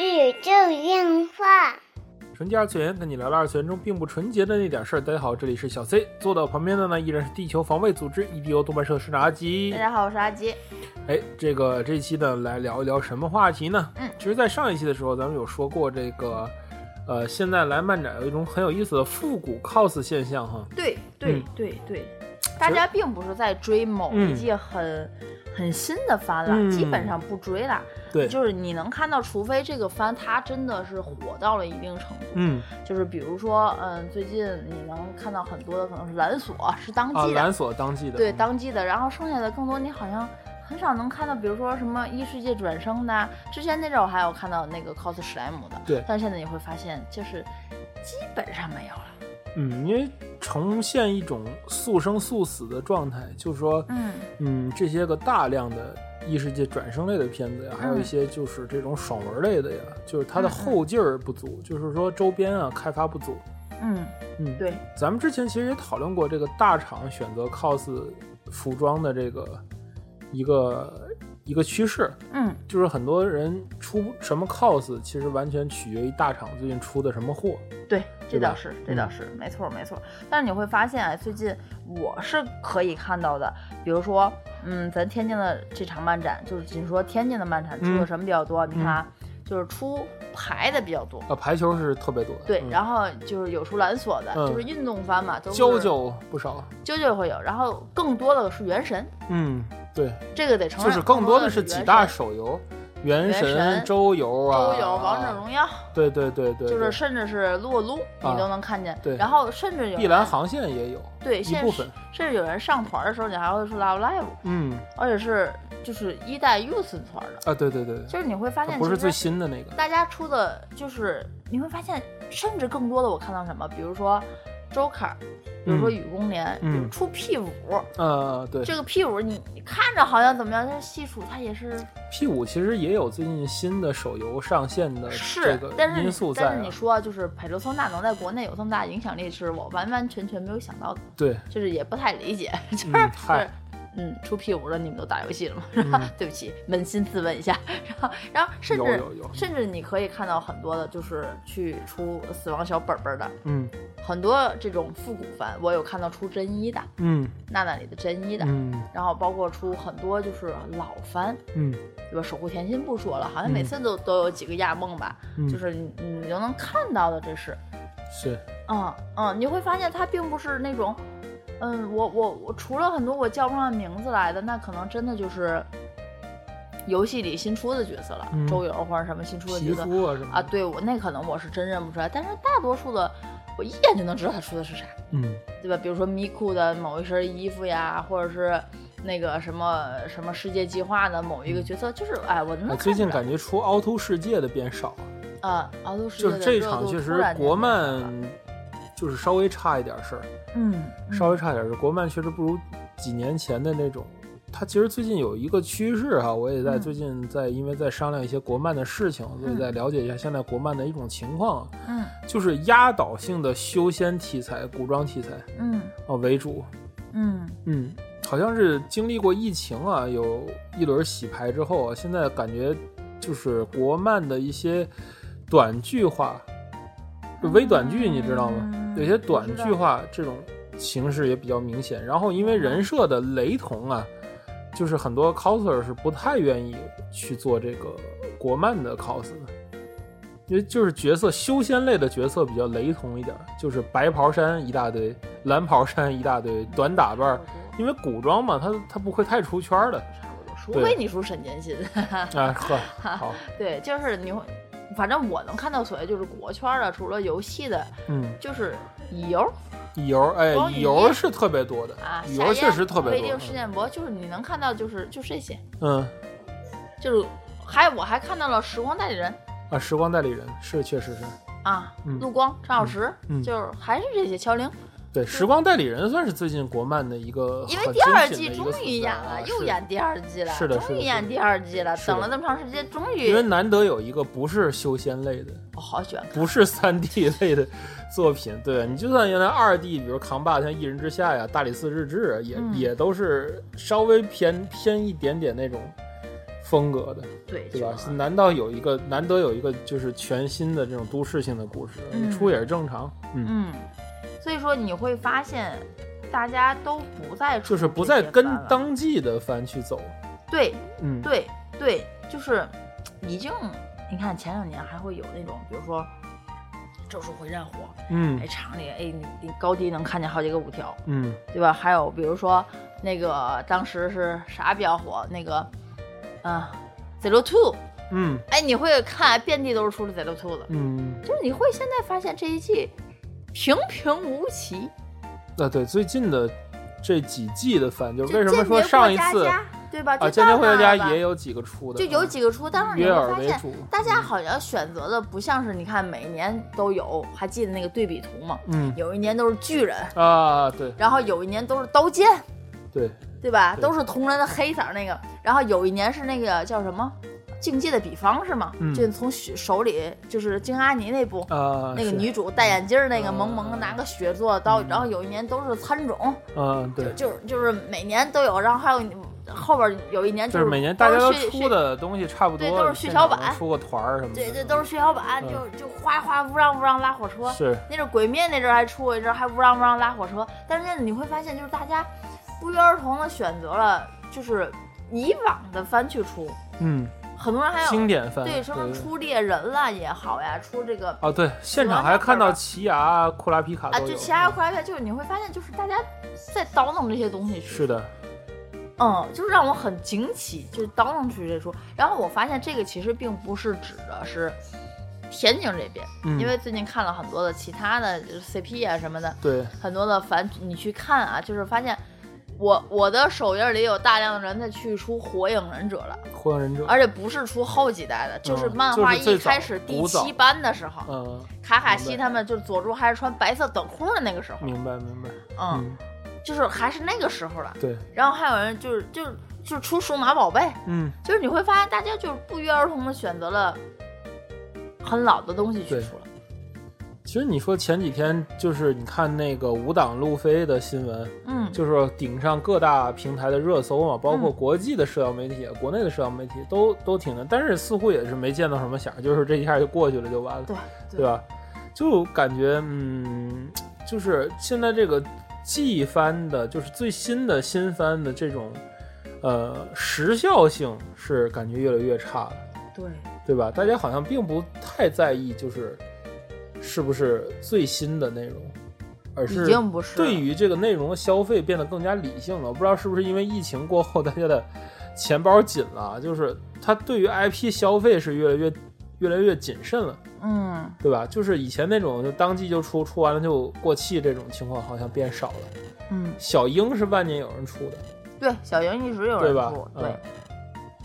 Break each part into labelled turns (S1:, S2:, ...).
S1: 宇宙电话。
S2: 纯洁二次元，跟你聊聊二次元中并不纯洁的那点事儿。大家好，这里是小 C，坐到我旁边的呢依然是地球防卫组织 EDO 动漫社社长阿吉
S3: 大。家好，我是阿吉。
S2: 哎，这个这一期呢，来聊一聊什么话题呢？
S3: 嗯
S2: 其实，在上一期的时候，咱们有说过这个，呃，现在来漫展有一种很有意思的复古 cos 现象哈。
S3: 对对
S2: 嗯
S3: 对对，大家并不是在追某一届很很新的番
S2: 嗯
S3: 了，基本上不追了。
S2: 对，
S3: 就是你能看到，除非这个番它真的是火到了一定程度，
S2: 嗯
S3: 就是比如说，嗯，最近你能看到很多的可能是蓝锁是当
S2: 啊，
S3: 季的，
S2: 蓝锁当季的，
S3: 对当季的，然后剩下的更多你好像。很少能看到，比如说什么异世界转生的啊，之前那阵儿我还有看到那个 cos 史莱姆的，
S2: 对
S3: 但是现在你会发现，就是基本上没有了。
S2: 嗯，因为重现一种速生速死的状态，就是说，
S3: 嗯，
S2: 嗯，这些个大量的异世界转生类的片子呀，还有一
S3: 嗯
S2: 些就是这种爽文类的呀，就是它的
S3: 嗯嗯
S2: 后劲儿不足，就是说周边啊开发不足。
S3: 嗯，
S2: 嗯，，
S3: 对，
S2: 咱们之前其实也讨论过这个大厂选择 cos 服装的这个一个一个趋势，
S3: 嗯
S2: 就是很多人出什么 cos，其实完全取决于大厂最近出的什么货。，
S3: 对，
S2: 对
S3: 这
S2: 吧
S3: 倒是，这倒
S2: 嗯
S3: 是，没错没错。但是你会发现，哎，最近我是可以看到的，比如说，嗯，咱天津的这场漫展，就是仅说天津的漫展出
S2: 嗯
S3: 的什么比较多？你看啊，就是出牌的比较多。
S2: 啊，排球是特别多的，
S3: 对，
S2: 嗯
S3: 然后就是有出蓝锁的，
S2: 嗯
S3: 就是运动番嘛，都是
S2: 啾啾不少，
S3: 啾啾会有，然后更多的是原神，
S2: 嗯，对，
S3: 这个得承
S2: 就
S3: 认，
S2: 是更
S3: 更
S2: 多的
S3: 的
S2: 是几
S3: 哦原
S2: 大
S3: 神
S2: 手游，原
S3: 原神
S2: 周游啊，
S3: 都有王者
S2: 啊
S3: 荣耀，
S2: 对对对对，
S3: 就是
S2: 对
S3: 甚至是撸啊撸，
S2: 啊
S3: 你都能看见。
S2: 对
S3: 然后甚至有
S2: 碧蓝
S3: 人
S2: 航线也有
S3: 对，
S2: 一
S3: 甚
S2: 部
S3: 至
S2: 分，
S3: 甚至有人上团的时候，你还会说 Love Live，
S2: 嗯
S3: 而且是就是一代 Youth 团的，
S2: 啊，对对对，
S3: 就是你会发
S2: 它
S3: 现，
S2: 不是最
S3: 其实
S2: 新的那个，
S3: 大家出的就是你会发现，甚至更多的我看到什么，比如说 Joker，比如说
S2: 嗯
S3: 雨宫莲，
S2: 嗯
S3: 比如出 P 五、
S2: 呃，对
S3: 这个 P 五你你看着好像怎么样，但是细数它也是
S2: P 五其实也有最近新的手游上线的呃这
S3: 是，
S2: 个
S3: 但是
S2: 因
S3: 你
S2: 素在
S3: 但是
S2: 啊
S3: 你，说就是北流松大能在国内有这么大影响力，是我完完全全没有想到的，
S2: 对，
S3: 就是也不太理解，就是、
S2: 嗯，
S3: 就是
S2: 嗨，
S3: 嗯，出 P 五了，你们都打游戏了吗？
S2: 嗯
S3: 对不起，扪心自问一下。然后，然后甚
S2: 有
S3: 至
S2: 有有，
S3: 甚至你可以看到很多的，就是去出死亡小本本的，
S2: 嗯
S3: 很多这种复古番，我有看到出真一的，
S2: 嗯
S3: 娜娜里的真一的，
S2: 嗯
S3: 然后包括出很多就是老番，
S2: 嗯
S3: 对吧？守护甜心不说了，好像
S2: 嗯
S3: 每次都、都有几个亚梦吧，
S2: 嗯，
S3: 就是你你就能看到的，这是。
S2: 是，
S3: 嗯嗯，你会发现它并不是那种，嗯，我我我除了很多我叫不上名字来的，那可能真的就是游戏里新出的角色了，
S2: 嗯
S3: 周游或者什么新出的
S2: 皮
S3: 角色
S2: 肤啊什么
S3: 啊。
S2: 的，
S3: 对我那可能我是真认不出来，但是大多数的我一眼就能知道他出的是啥，
S2: 嗯
S3: 对吧？比如说咪咕的某一身衣服呀，或者是。那个什么什么世界计划的某一个角色，就是哎，我能
S2: 哎嗯
S3: 看
S2: 最近
S3: 出来
S2: 感觉出凹凸世界的变少了。
S3: 啊，敖斗世界
S2: 就是
S3: 的
S2: 这
S3: 热
S2: 场
S3: 度
S2: 确
S3: 突
S2: 实
S3: 然间
S2: 国
S3: 变少了
S2: 漫就是稍微差一点事儿，
S3: 嗯，嗯
S2: 稍微差一点事儿。国漫确实不如几年前的那种。它其实最近有一个趋势哈、我也在
S3: 嗯
S2: 最近在因为在商量一些国漫的事情，所以在了解一下现在国漫的一种情况，啊
S3: 嗯
S2: 就是压倒性的修仙题材、古装题材
S3: 嗯
S2: 啊为主。
S3: 嗯
S2: 嗯，好像是经历过疫情啊，有一轮洗牌之后啊，现在感觉就是国漫的一些短剧化，就微短剧，你知道吗？
S3: 嗯
S2: 有些短剧化这种形式也比较明显。然后因为人设的雷同啊，就是很多 coser 是不太愿意去做这个国漫的 cos 的。因为就是角色修仙类的角色比较雷同一点儿，就是白袍衫一大堆，蓝袍衫一大堆，短打扮儿，因为古装嘛，它它不会太出圈儿的
S3: 差不多，除
S2: 对
S3: 非你出沈剑心。
S2: 啊。 呵，好，
S3: 对，就是你会，反正我能看到所谓就是国圈儿的，除了游戏的，
S2: 嗯，
S3: 就是乙游
S2: 乙游哎，
S3: 光
S2: 乙
S3: 与
S2: 游
S3: 夜
S2: 是特别多的
S3: 啊，
S2: 乙
S3: 夏
S2: 游确
S3: 夜
S2: 实特别
S3: 未
S2: 多
S3: 定。事件簿，就是你能看到就是就这些，
S2: 嗯
S3: 就是还我还看到了时光代理人
S2: 啊，时光代理人是确实是
S3: 啊
S2: 嗯，
S3: 陆光、张小石，
S2: 嗯
S3: 就是还是这些乔玲，
S2: 对时光代理人算是最近国漫的一个
S3: 因为
S2: 很
S3: 第二
S2: 精品
S3: 季
S2: 的一
S3: 终
S2: 个存
S3: 于
S2: 在
S3: 演
S2: 啊
S3: 了，又
S2: 是
S3: 演第二季了，
S2: 是的是
S3: 终于
S2: 的是的
S3: 演第二季了，
S2: 是的
S3: 等了那么长时间，终于
S2: 因为难得有一个不是修仙类的，
S3: 我好喜欢看，
S2: 不是三 D 类的作品，对啊你就算原来二 D，比如扛把像《一人之下》呀、《大理寺日志》啊，也、
S3: 嗯
S2: 也都是稍微偏偏一点点那种风格的，
S3: 对
S2: 对吧？
S3: 这个
S2: 难道有一个难得有一个就是全新的这种都市性的故事，
S3: 嗯
S2: 出也是正常，嗯，
S3: 嗯，所以说你会发现，大家都不再出
S2: 就是不
S3: 这
S2: 再
S3: 些
S2: 跟
S3: 番了
S2: 当季的番去走，
S3: 对
S2: 嗯，
S3: 对对，就是已经你看前两年还会有那种，比如说《咒术回战》火，
S2: 嗯
S3: 哎，厂里哎你你高低能看见好几个五条，
S2: 嗯
S3: 对吧？还有比如说那个当时是啥比较火？那个啊，Zero Two，
S2: 嗯
S3: 哎，你会看遍地都是出了 Zero Two 的，
S2: 嗯，
S3: 就是你会现在发现这一季平平无奇。
S2: 啊对，最近的这几季的番，就
S3: 就
S2: 为什么
S3: 间
S2: 说
S3: 谍
S2: 上
S3: 过
S2: 一
S3: 家
S2: 次
S3: 家对吧？
S2: 啊，
S3: 就
S2: 间
S3: 到
S2: 谍过
S3: 那
S2: 家
S3: 儿了
S2: 也有几个出的，嗯
S3: 就有几个出，但是你
S2: 约
S3: 会
S2: 尔
S3: 发
S2: 为
S3: 现
S2: 主，嗯
S3: 大家好像选择的不像是你看每年都有，还记得那个对比图吗？
S2: 嗯
S3: 有一年都是巨人，
S2: 啊，对
S3: 然后有一年都是刀剑，
S2: 对，
S3: 对吧？
S2: 对
S3: 都是同人的黑色儿那个，然后有一年是那个叫什么境界的比方是吗？
S2: 嗯
S3: 就从手手里就是京阿尼那部。
S2: 啊，
S3: 那个
S2: 是
S3: 女主戴眼镜儿，那个
S2: 嗯
S3: 萌萌的，拿个雪做的刀，
S2: 嗯
S3: 然后有一年都是参种，
S2: 嗯对
S3: 就。就是就是每年都有，然后还有后边有一年
S2: 就是每年大家
S3: 都
S2: 都
S3: 是血
S2: 出的东西差不多，
S3: 对都是血
S2: 现场
S3: 小板
S2: 出个团儿什么的，
S3: 对，这都是血小板，
S2: 嗯
S3: 就就哗哗乌嚷乌嚷拉火车。
S2: 是
S3: 那阵儿鬼灭那阵儿还出过一阵儿，还乌嚷乌嚷拉火车。但是现在你会发现，就是大家不约而同的选择了，就是以往的番去出，
S2: 嗯
S3: 很多人还
S2: 经
S3: 有
S2: 典番，
S3: 对什么出猎人了也好呀，出这个
S2: 哦对，现场还看到奇牙、库拉皮卡
S3: 啊，
S2: 都有，
S3: 就其他快片，就是你会发现，就是大家在倒腾这些东西去。
S2: 是的，
S3: 嗯，就是让我很惊奇，就是倒腾去这出。然后我发现这个其实并不是指的是天津这边，
S2: 嗯
S3: 因为最近看了很多的其他的就是 CP 啊什么的，
S2: 对，
S3: 很多的反你去看啊，就是发现我我的首页里有大量的人在去出《火影忍者》了，
S2: 火影忍者，
S3: 而且不是出后几代的，就是
S2: 嗯
S3: 漫
S2: 就是
S3: 画
S2: 最
S3: 一
S2: 早
S3: 开始第
S2: 古早
S3: 七班的时候，
S2: 嗯，
S3: 卡卡
S2: 明
S3: 西
S2: 白
S3: 他们就是佐助还是穿白色短裤的那个时候，
S2: 明白明白，
S3: 嗯，
S2: 嗯，
S3: 就是还是那个时候了。
S2: 对，
S3: 然后还有人就是就是就是出数码宝贝。
S2: 嗯
S3: 就是你会发现，大家就是不约而同的选择了很老的东西去
S2: 对
S3: 出了。
S2: 其实你说前几天就是你看那个五档路飞的新闻，
S3: 嗯，
S2: 就是顶上各大平台的热搜嘛，包括国际的社交媒体、国内的社交媒体都都挺的，但是似乎也是没见到什么响儿，就是这一下就过去了就完了，
S3: 对
S2: 对吧？就感觉嗯，就是现在这个季番的，就是最新的新番的这种，呃，时效性是感觉越来越差了，
S3: 对
S2: 对吧？大家好像并不太在意，就是是不是最新的内容，而是
S3: 已经不是
S2: 对
S3: 了
S2: 于这个内容的消费变得更加理性了。我不知道是不是因为疫情过后大家的钱包紧了，就是他对于 IP 消费是越来越越来越谨慎了，
S3: 嗯，
S2: 对吧？就是以前那种就当季就出，出完了就过气这种情况好像变少了。
S3: 嗯，
S2: 小樱是万年有人出的，
S3: 对，小樱一直有
S2: 对
S3: 人
S2: 吧
S3: 出，？
S2: 嗯
S3: 对，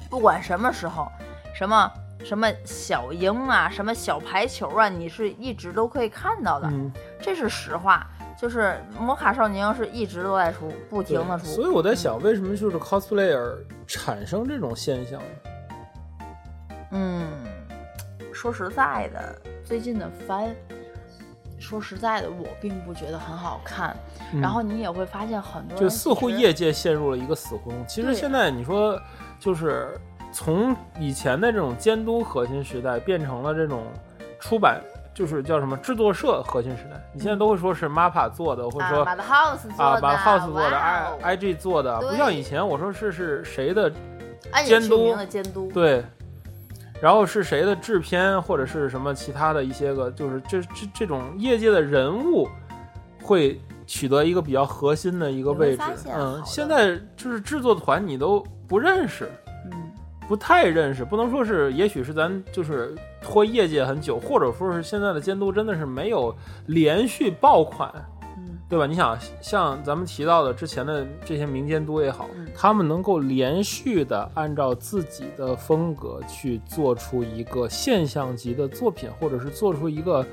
S3: 不管什么时候，什么什么小樱啊，什么小排球啊，你是一直都可以看到的，
S2: 嗯，
S3: 这是实话。就是魔卡少年是一直都在出，不停的
S2: 对所以
S3: 出。
S2: 我在想，为什么就是 cosplayer 产生这种现象呢？
S3: 嗯，说实在的，最近的番，说实在的，我并不觉得很好看。
S2: 嗯
S3: 然后你也会发现很多人啊
S2: 就似乎
S3: 嗯其实
S2: 业界陷入了一个死胡同。其实
S3: 对
S2: 现在你说，就是从以前的这种监督核心时代，变成了这种出版，就是叫什么制作社核心时代。你现在都会说是 MAPPA 做的，或者
S3: 嗯啊，
S2: 说
S3: 把 The House 做
S2: 啊，
S3: 的，
S2: 把 House 做的哎
S3: 哇哦
S2: ，I IG 做的，啊
S3: 对
S2: 不像以前我说是是谁的
S3: 安
S2: 监
S3: 野
S2: 督
S3: 秀明的监督，
S2: 对。然后是谁的制片或者是什么其他的一些个，就是这这这种业界的人物会取得一个比较核心的一个位
S3: 你
S2: 置
S3: 会发。现好
S2: 嗯，
S3: 的
S2: 现在就是制作团你都不认识，
S3: 嗯，
S2: 不太认识，不能说是，也许是咱就是拖业界很久，或者说是现在的监督真的是没有连续爆款，
S3: 嗯，
S2: 对吧？你想，像咱们提到的之前的这些民间督也好，
S3: 嗯
S2: 他们能够连续的按照自己的风格去做出一个现象级的作品，或者是做出一个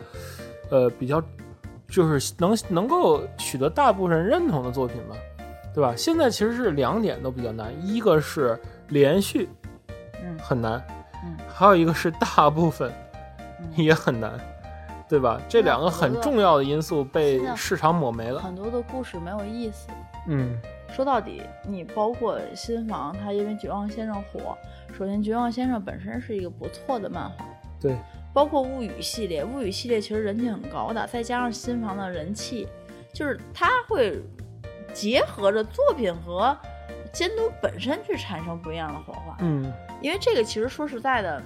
S2: 呃比较就是能能够取得大部分人认同的作品吧，对吧？现在其实是两点都比较难，一个是连续，
S3: 嗯
S2: 很难，
S3: 嗯
S2: 还有一个是大部分
S3: 嗯
S2: 也很难。对吧？这两个很重要的因素被市场抹没了。
S3: 很多的故事没有意思，
S2: 嗯，
S3: 说到底，你包括新房，它因为《绝望先生》火，首先《绝望先生》本身是一个不错的漫画，
S2: 对，
S3: 包括物语系列，物语系列其实人气很高的，再加上新房的人气，就是它会结合着作品和监督本身去产生不一样的火花。
S2: 嗯，
S3: 因为这个其实说实在的，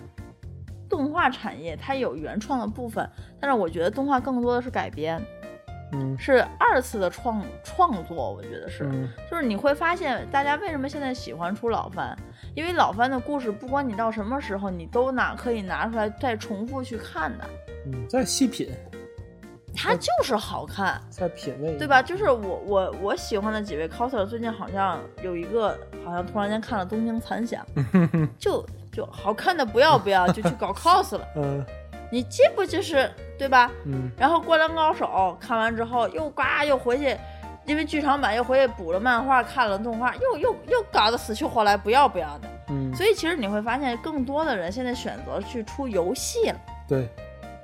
S3: 动画产业它有原创的部分，但是我觉得动画更多的是改编，
S2: 嗯
S3: 是二次的创创作，我觉得是。
S2: 嗯
S3: 就是你会发现，大家为什么现在喜欢出老番？因为老番的故事，不管你到什么时候，你都拿可以拿出来再重复去看的，
S2: 嗯，再细品，
S3: 它就是好看，
S2: 再品味，
S3: 对吧？？就是我我我喜欢的几位 coser，最近好像有一个好像突然间看了《东京残响》就，就好看的不要不要，就去搞 cos 了。
S2: 嗯
S3: 你这不就是对吧？
S2: 嗯
S3: 然后《灌篮高手》看完之后，又呱又回去，因为剧场版又回去补了漫画，看了动画，又又又搞得死去活来，不要不要的。
S2: 嗯，
S3: 所以其实你会发现，更多的人现在选择去出游戏了，
S2: 对，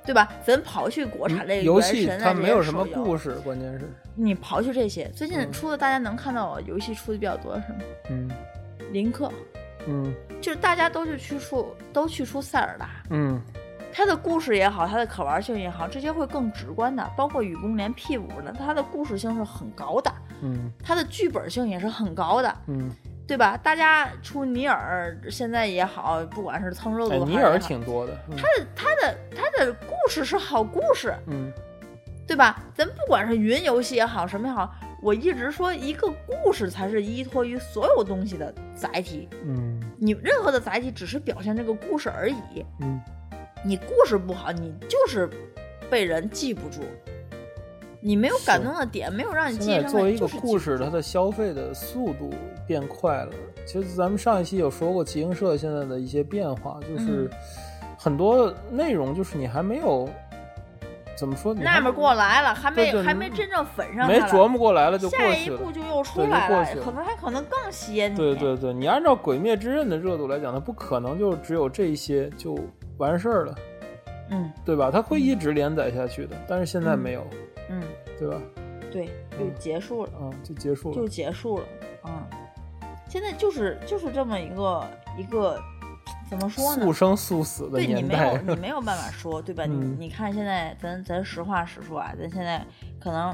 S3: 对吧？咱刨去国产
S2: 嗯
S3: 类、
S2: 游戏
S3: 原神啊
S2: 它没有什么嗯
S3: 事，
S2: 故事，关键是，
S3: 你刨去这些，最
S2: 嗯
S3: 近出的大家能看到游戏出的比较多的是什么？
S2: 嗯
S3: 林克，
S2: 嗯
S3: 就是大家都去去出都去出塞尔达，
S2: 嗯
S3: 它的故事也好，它的可玩性也好，这些会更直观的。包括《雨宫连 P 五》呢，它的故事性是很高的，
S2: 嗯
S3: 它的剧本性也是很高的，
S2: 嗯，
S3: 对吧？大家出尼尔现在也好，不管是蹭热
S2: 哎，
S3: 度还是
S2: 尼
S3: 也好，
S2: 尔挺多的，嗯
S3: 它的它的故事是好故事，
S2: 嗯
S3: 对吧？咱不管是云游戏也好，什么也好，我一直说一个故事才是依托于所有东西的载体，
S2: 嗯
S3: 你任何的载体只是表现这个故事而已。
S2: 嗯
S3: 你故事不好，你就是被人记不住，你没有
S2: 是
S3: 感动的点，没有让你
S2: 现
S3: 记上
S2: 在
S3: 来，
S2: 作为一个
S3: 就是记
S2: 故
S3: 不
S2: 事，
S3: 住
S2: 它的消费的速度变快了。其实咱们上一期有说过集英社现在的一些变化，就是
S3: 嗯
S2: 很多内容就是你还没有怎么说，你还
S3: 那边过来了，还没
S2: 对对
S3: 还没真正粉上它
S2: 没
S3: 了
S2: 琢磨过来了就过
S3: 下一
S2: 去了
S3: 步。就又出
S2: 对就
S3: 来
S2: 过
S3: 了，
S2: 去了
S3: 可能还可能更吸引你。
S2: 对对对，你按照《鬼灭之刃》的热度来讲，它不可能就只有这些就完事儿了，
S3: 嗯
S2: 对吧？它会一直连载下去的，但是现在
S3: 嗯
S2: 没有，
S3: 嗯，
S2: 对吧？
S3: 对，就结束了，
S2: 嗯，就结束
S3: 就
S2: 了。
S3: 结束了。嗯，现在就是就是这么一个一个怎么说呢
S2: 速？生速死的
S3: 对你
S2: 年
S3: 没有
S2: 代，
S3: 你没有办法说，对吧？你
S2: 嗯
S3: 你看现在咱咱实话实说啊，咱现在可能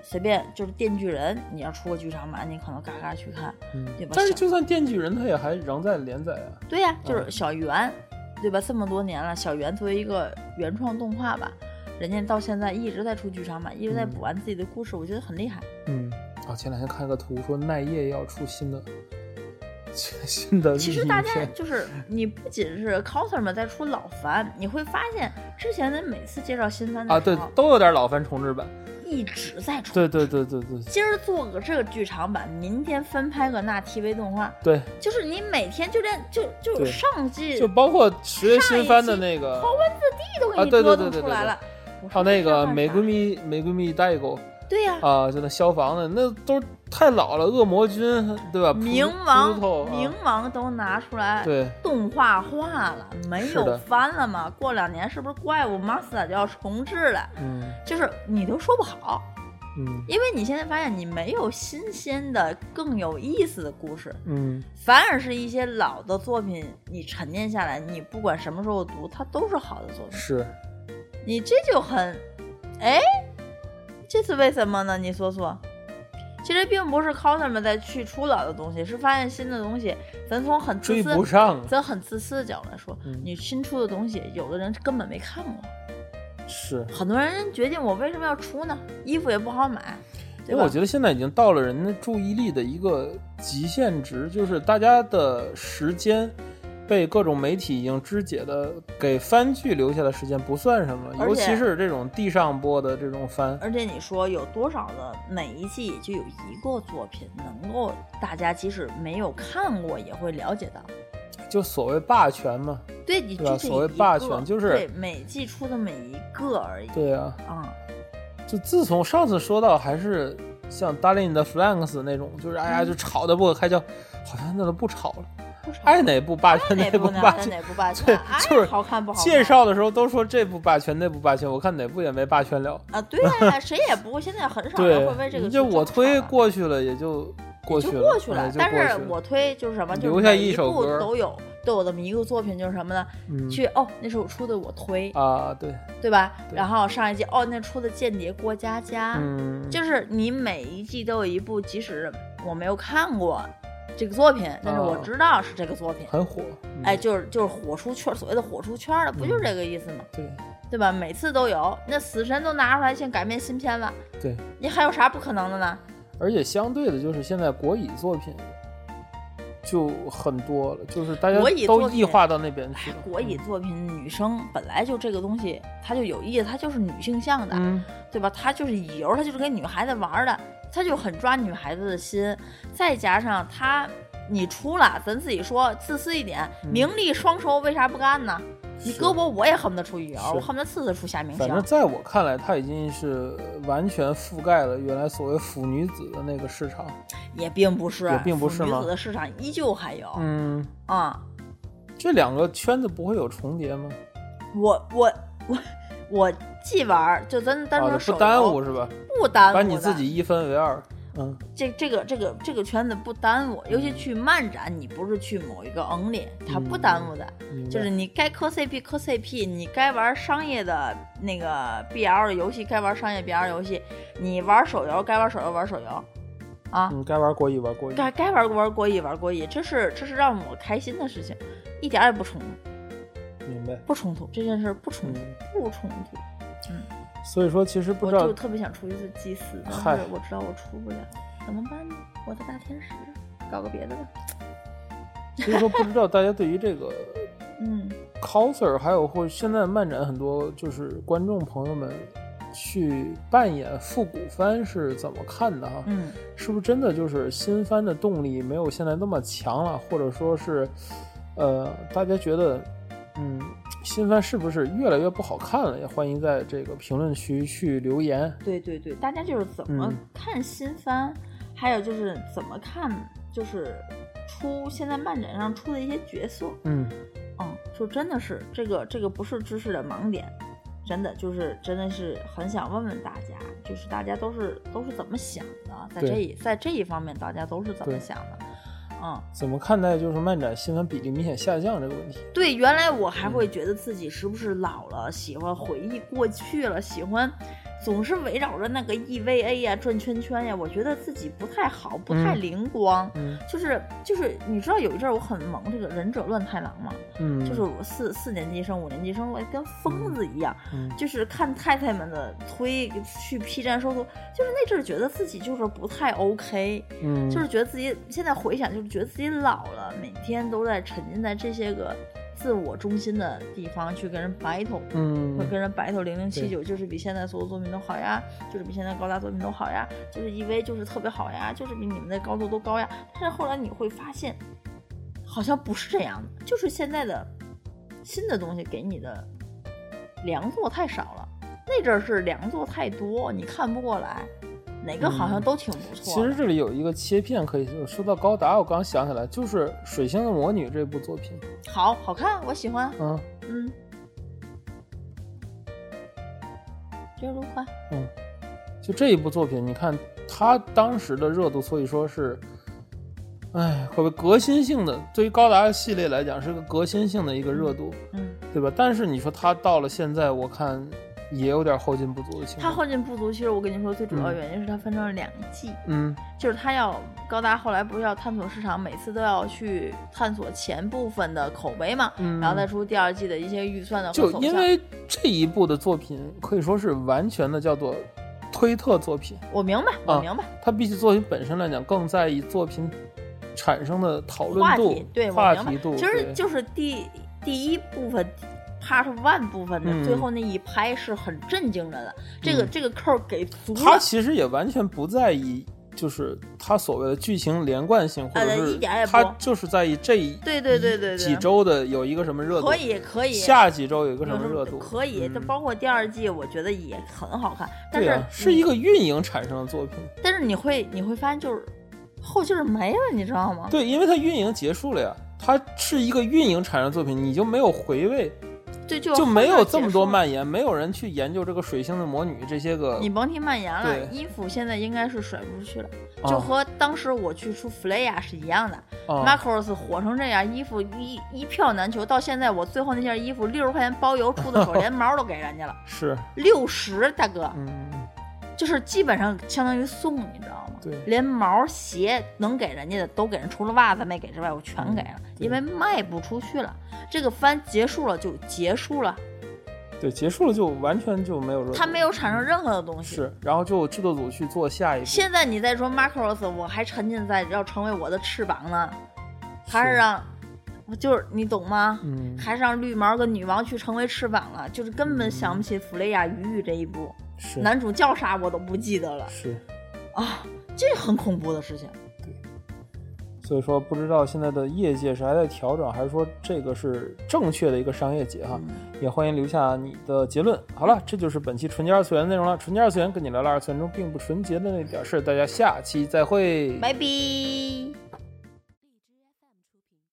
S3: 随便就是《电锯人》，你要出个剧场版，你可能嘎嘎去看。
S2: 嗯
S3: 对吧
S2: 但是
S3: 小
S2: 就算电锯人，它也还仍在连载啊。
S3: 对呀、就是
S2: 嗯
S3: 小圆，对吧？这么多年了，小圆作为一个原创动画吧，人家到现在一直在出剧场版，一直在
S2: 嗯
S3: 补完自己的故事，我觉得很厉害。
S2: 嗯，啊，前两天看个图说奈叶要出新的新 的
S3: 其
S2: 影
S3: 实
S2: 片，
S3: 大家就是，你不仅是 coser 们在出老番，你会发现之前咱每次介绍新番
S2: 啊，
S3: 的时
S2: 对
S3: 候，，
S2: 都有点老番重置版。
S3: 一直在出。
S2: 对对对对对
S3: 今儿做个这个剧场版，明天翻拍个那 TV 动画，
S2: 对，
S3: 就是你每天就连就就
S2: 对
S3: 上季
S2: 就包括十月新番的那个
S3: 刨，根子地都给
S2: 啊
S3: 你
S2: 对对
S3: 折
S2: 对
S3: 腾
S2: 对
S3: 出
S2: 对
S3: 来
S2: 对
S3: 了。我
S2: 还有
S3: 说
S2: 那
S3: 这要
S2: 个
S3: 干
S2: 美
S3: 啥
S2: 闺，蜜美闺蜜代购
S3: 对呀、
S2: 啊，就那消防的，那都太老了，恶魔军对吧？
S3: 冥
S2: 扑头
S3: 王
S2: 啊
S3: 冥王都拿出来
S2: 对
S3: 动画化了，没
S2: 是的
S3: 有翻了吗？过两年是不是怪物 Master 就要重置了？
S2: 嗯
S3: 就是你都说不好，
S2: 嗯
S3: 因为你现在发现你没有新鲜的、更有意思的故事，
S2: 嗯
S3: 反而是一些老的作品，你沉淀下来，你不管什么时候读，它都是好的作品。
S2: 是
S3: 你这就很，哎，这是为什么呢？你说说。其实并不是 coser 们在去出老的东西，是发现新的东西。咱从很自
S2: 追
S3: 私
S2: 不上，
S3: 咱很自私的角度来说，
S2: 嗯
S3: 你新出的东西，有的人根本没看过，
S2: 是。
S3: 很多人决定我为什么要出呢？衣服也不好买，对
S2: 因为
S3: 吧？
S2: 我觉得现在已经到了人的注意力的一个极限值，就是大家的时间被各种媒体已经肢解的，给番剧留下的时间不算什么，
S3: 而
S2: 尤
S3: 且
S2: 其是这种地上播的这种番，
S3: 而且你说有多少的每一季也就有一个作品能够大家即使没有看过也会了解到，
S2: 就所谓霸权嘛，
S3: 对，你
S2: 对
S3: 就
S2: 吧
S3: 这
S2: 所谓
S3: 一
S2: 霸
S3: 个
S2: 权就是
S3: 对每季出的每一个而已，
S2: 对啊，
S3: 啊、
S2: 就自从上次说到还是像《Darling in the Franks》那种，就是哎呀就吵得不可开交，好像那都不吵了，
S3: 不少
S2: 爱哪部霸权
S3: 哪
S2: 部
S3: 呢？
S2: 哎霸
S3: 爱
S2: 权。
S3: 哪部霸权
S2: 对？
S3: 爱
S2: 就是
S3: 好看不好看？
S2: 介绍的时候都说这部霸权那部霸权，我看哪部也没霸权了。
S3: 啊，对呀、谁也不会，现在很少人
S2: 对，
S3: 会为这个
S2: 你
S3: 去
S2: 就我
S3: 争吵
S2: 推
S3: 了
S2: 过去了，也就过去
S3: 啊就
S2: 了，
S3: 过去了
S2: 哎。就
S3: 但
S2: 过去
S3: 是
S2: 了
S3: 我推就是什么，就
S2: 留
S3: 是
S2: 下
S3: 每
S2: 一
S3: 一
S2: 首
S3: 部
S2: 歌
S3: 都有都有这么一个作品，就是什么呢？
S2: 嗯
S3: 去哦，那是我出的我推，
S2: 啊，对，
S3: 对吧？
S2: 对
S3: 然后上一季哦，那出的《间谍过家家》，
S2: 嗯，
S3: 就是你每一季都有一部，即使我没有看过这个作品，但是我
S2: 啊
S3: 知道是这个作品。
S2: 很火，嗯
S3: 哎，，就是就是火出圈，所谓的火出圈了，不就是这个意思吗？
S2: 对
S3: 对吧？每次都有，那死神都拿出来先改编新片了，
S2: 对，
S3: 你还有啥不可能的呢？
S2: 而且相对的，就是现在国乙作品就很多了，就是大家
S3: 国乙
S2: 都
S3: 作品哎
S2: 异化到那边去了。
S3: 国乙作品，女生本来就这个东西，它就有意思，它就是女性向的，
S2: 嗯，
S3: 对吧？它就是乙游，它就是给女孩子玩儿的，它就很抓女孩子的心。再加上它，你出了，咱自己说，自私一点，
S2: 嗯
S3: 名利双收，为啥不干呢？你
S2: 是
S3: 搁我，我也恨不得出乙游，
S2: 是
S3: 我恨不得次次出夏明
S2: 反正
S3: 星。
S2: 在我看来，它已经是完全覆盖了原来所谓腐女子的那个市场。
S3: 也并不是，
S2: 也并不
S3: 腐
S2: 是
S3: 女
S2: 吗
S3: 子的市场依旧还有啊、
S2: 嗯，这两个圈子不会有重叠吗？
S3: 我我我我既玩儿，就咱单
S2: 啊，
S3: 说
S2: 不
S3: 手游、
S2: 耽误是吧？
S3: 不耽误
S2: 把你
S3: 的
S2: 自己一分为二。嗯，
S3: 这这个这个这个圈子不耽误，尤其去漫展，你不是去某一个 only，它不耽误的。
S2: 明白
S3: 就是你该磕 CP 磕 CP，你该玩商业的那个 BL 的游戏，该玩商业 BL 游戏，你玩手游该玩手游玩手游，啊，
S2: 嗯，该玩国乙玩国乙。
S3: 该该玩玩国乙玩国乙，这是这是让我开心的事情，一点儿也不冲突，
S2: 明白。
S3: 不冲突，这件事不冲突，
S2: 嗯，
S3: 不冲突。
S2: 所以说其实不
S3: 我
S2: 知道
S3: 就特别想出去做祭祀，但
S2: 嗨
S3: 是我知道我出不了，怎么办呢？我的大天使，搞个别的吧。
S2: 所以说不知道大家对于这个
S3: 嗯
S2: coser，还有或现在漫展很多就是观众朋友们去扮演复古番是怎么看的哈？
S3: 嗯。
S2: 是不是真的就是新番的动力没有现在那么强了，或者说是，呃，大家觉得，嗯，新番是不是越来越不好看了？也欢迎在这个评论区去留言。
S3: 对对对，大家就是怎么
S2: 嗯
S3: 看新番，还有就是怎么看就是出现在漫展上出的一些角色，
S2: 嗯，
S3: 嗯，说真的是这个这个不是知识的盲点，真的就是真的是很想问问大家，就是大家都是都是怎么想的，在
S2: 对
S3: 这一在这一方面大家都是怎么
S2: 对
S3: 想的，嗯。
S2: 怎么看待就是漫展新闻比例明显下降这个问题？
S3: 对，原来我还会觉得自己是不是老了，喜欢回忆过去了，喜欢总是围绕着那个 EVA 呀、转圈圈呀，我觉得自己不太好，不太
S2: 嗯
S3: 灵光。
S2: 嗯
S3: 就是就是，你知道有一阵儿我很萌这个忍者乱太郎嘛，
S2: 嗯，
S3: 就是我四四年级生、五年级生，我跟疯子一样，
S2: 嗯
S3: 就是看太太们的推去 P 站搜图，就是那阵儿觉得自己就是不太 OK。
S2: 嗯，
S3: 就是觉得自己现在回想，就是觉得自己老了，每天都在沉浸在这些个自我中心的地方去跟人 battle，
S2: 嗯
S3: 会跟人 battle 零零七九，就是比现在所有作品都好呀，就是比现在高达作品都好呀，就是因为就是特别好呀，就是比你们的高度都高呀。但是后来你会发现，好像不是这样的，就是现在的新的东西给你的良作太少了，那阵儿是良作太多，你看不过来。哪个好像
S2: 嗯
S3: 都挺不错
S2: 其
S3: 的、
S2: 实这里有一个切片可以说到高达，我刚想起来，就是《水星的魔女》这部作品，
S3: 好好看，我喜欢。
S2: 嗯
S3: 嗯，就如花。
S2: 嗯，就这一部作品，你看它当时的热度，所以说是，哎，可谓革新性的，对于高达系列来讲是个革新性的一个热度，
S3: 嗯，
S2: 对吧？但是你说它到了现在，我看也有点后劲不足的情
S3: 它
S2: 况。
S3: 后劲不足，其实我跟你说，最主要原因是它分成了两季，
S2: 嗯
S3: 就是它要高达后来不是要探索市场，每次都要去探索前部分的口碑嘛，
S2: 嗯，
S3: 然后再出第二季的一些预算的
S2: 就
S3: 和走
S2: 因
S3: 向
S2: 为这一部的作品可以说是完全的叫做推特作品，
S3: 我明白，我
S2: 啊
S3: 明白，
S2: 它比起作品本身来讲，更在意作品产生的讨论
S3: 话
S2: 度
S3: 题、对，我
S2: 话
S3: 明白
S2: 题度，
S3: 其实
S2: 对
S3: 就是第第一部分 part one 部分的、
S2: 嗯
S3: 最后那一拍是很震惊人的，这个
S2: 嗯
S3: 这个扣儿给足了。
S2: 他其实也完全不在意，就是他所谓的剧情连贯性，或
S3: 呃
S2: 者是
S3: 一点也不
S2: 他就是在意这一
S3: 对对对对对
S2: 几周的有一个什么热度，
S3: 可以可以，
S2: 下几周有一个
S3: 有
S2: 什么
S3: 这
S2: 热度，
S3: 可以，这
S2: 嗯
S3: 包括第二季，我觉得也很好看。但
S2: 对
S3: 是
S2: 啊，是
S3: 你
S2: 一，个运营产生的作品，
S3: 但是你会你会发现就是后劲儿没了，你知道吗？
S2: 对，因为它运营结束了呀，它是一个运营产生的作品，你就没有回味，
S3: 对，就
S2: 就没有这么多
S3: 漫。
S2: 蔓延，没有人去研究这个水星的魔女这些个。
S3: 你甭提蔓延了，
S2: 对
S3: 衣服现在应该是甩不出去了，
S2: 啊
S3: 就和当时我去出 Flaya 是一样的。
S2: 啊
S3: Macros 火成这样，衣服一一票难求，到现在我最后那件衣服六十块钱包邮出的 时候，连毛都给人家了，
S2: 是，
S3: 六十大哥，
S2: 嗯，
S3: 就是基本上相当于送，你知道吗？
S2: 对
S3: 连毛鞋能给人家的都给人，除了袜子没给之外，我全给了，
S2: 嗯对
S3: 因为卖不出去了。这个番结束了就结束了，
S2: 对，结束了就完全就没有热度。
S3: 它没有产生任何的东西。
S2: 是，然后就制作组去做下一步。
S3: 现在你再说 Macros，我还沉浸在要成为我的翅膀呢，还是
S2: 是
S3: 让，就是你懂吗？
S2: 嗯，
S3: 还是让绿毛跟女王去成为翅膀了，就是根本想不起弗雷亚鱼鱼这一步，
S2: 是
S3: 男主叫啥我都不记得了
S2: 是，
S3: 啊，这很恐怖的事情。
S2: 所以说不知道现在的业界是还在调整，还是说这个是正确的一个商业解
S3: 嗯
S2: 哈？也欢迎留下你的结论。好了，这就是本期纯洁二次元的内容了。纯洁二次元跟你聊了二次元中并不纯洁的那点事儿，大家下期再会，
S3: 拜拜。